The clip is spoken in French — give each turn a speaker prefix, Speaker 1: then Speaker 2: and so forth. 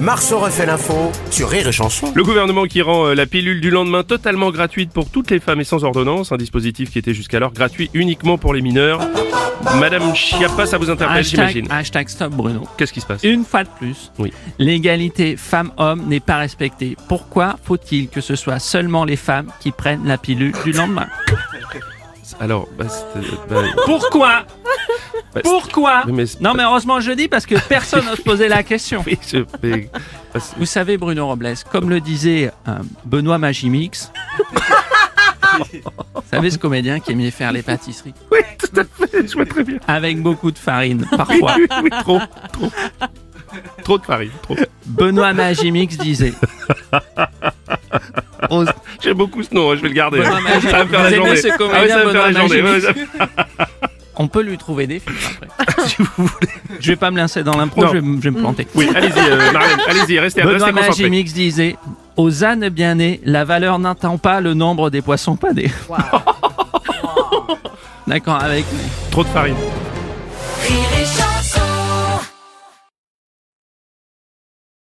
Speaker 1: Marceau refait l'info sur Rire et Chanson.
Speaker 2: Le gouvernement qui rend euh, la pilule du lendemain totalement gratuite pour toutes les femmes et sans ordonnance, un dispositif qui était jusqu'alors gratuit uniquement pour les mineurs. Madame Chiappa, ça vous interpelle,
Speaker 3: Hashtag,
Speaker 2: j'imagine.
Speaker 3: hashtag stop Bruno.
Speaker 2: Qu'est-ce qui se passe
Speaker 3: Une fois de plus,
Speaker 2: Oui.
Speaker 3: l'égalité femmes-hommes n'est pas respectée. Pourquoi faut-il que ce soit seulement les femmes qui prennent la pilule du lendemain
Speaker 2: Alors, bah, c'est, euh, bah,
Speaker 3: Pourquoi
Speaker 2: bah, c'est-
Speaker 3: Pourquoi
Speaker 2: Oui, mais c'est-
Speaker 3: Non mais heureusement je le dis parce que personne n'ose poser la question.
Speaker 2: oui, je- mais- bah, c'est-
Speaker 3: Vous savez Bruno Robles, comme le disait euh, Benoît Magimix, vous savez ce comédien qui aimait faire les pâtisseries
Speaker 2: oui, tout à fait, je vois très bien.
Speaker 3: Avec beaucoup de farine, parfois.
Speaker 2: Oui, oui, trop, trop. Trop de Paris, trop.
Speaker 3: Benoît Magimix disait... On-
Speaker 2: J'aime beaucoup ce nom, hein, je vais le garder.
Speaker 3: Benoît Magimix.
Speaker 2: Ça va me faire la
Speaker 3: Vous aimez
Speaker 2: journée.
Speaker 3: ce
Speaker 2: Ah oui,
Speaker 3: comédien,
Speaker 2: ça va me faire la
Speaker 3: Benoît
Speaker 2: journée.
Speaker 3: Magimix
Speaker 2: Ouais, ça-
Speaker 3: On peut lui trouver des films après. si vous voulez. Je vais pas me lancer dans l'impro,
Speaker 2: Non.
Speaker 3: je, vais me- je vais me planter.
Speaker 2: Oui, allez-y, euh, Marlène, allez-y, restez,
Speaker 3: Benoît
Speaker 2: restez concentrés.
Speaker 3: Magimix disait Aux ânes bien nés, la valeur n'atteint pas le nombre des poissons panés. D'accord, avec.
Speaker 2: Trop de farine.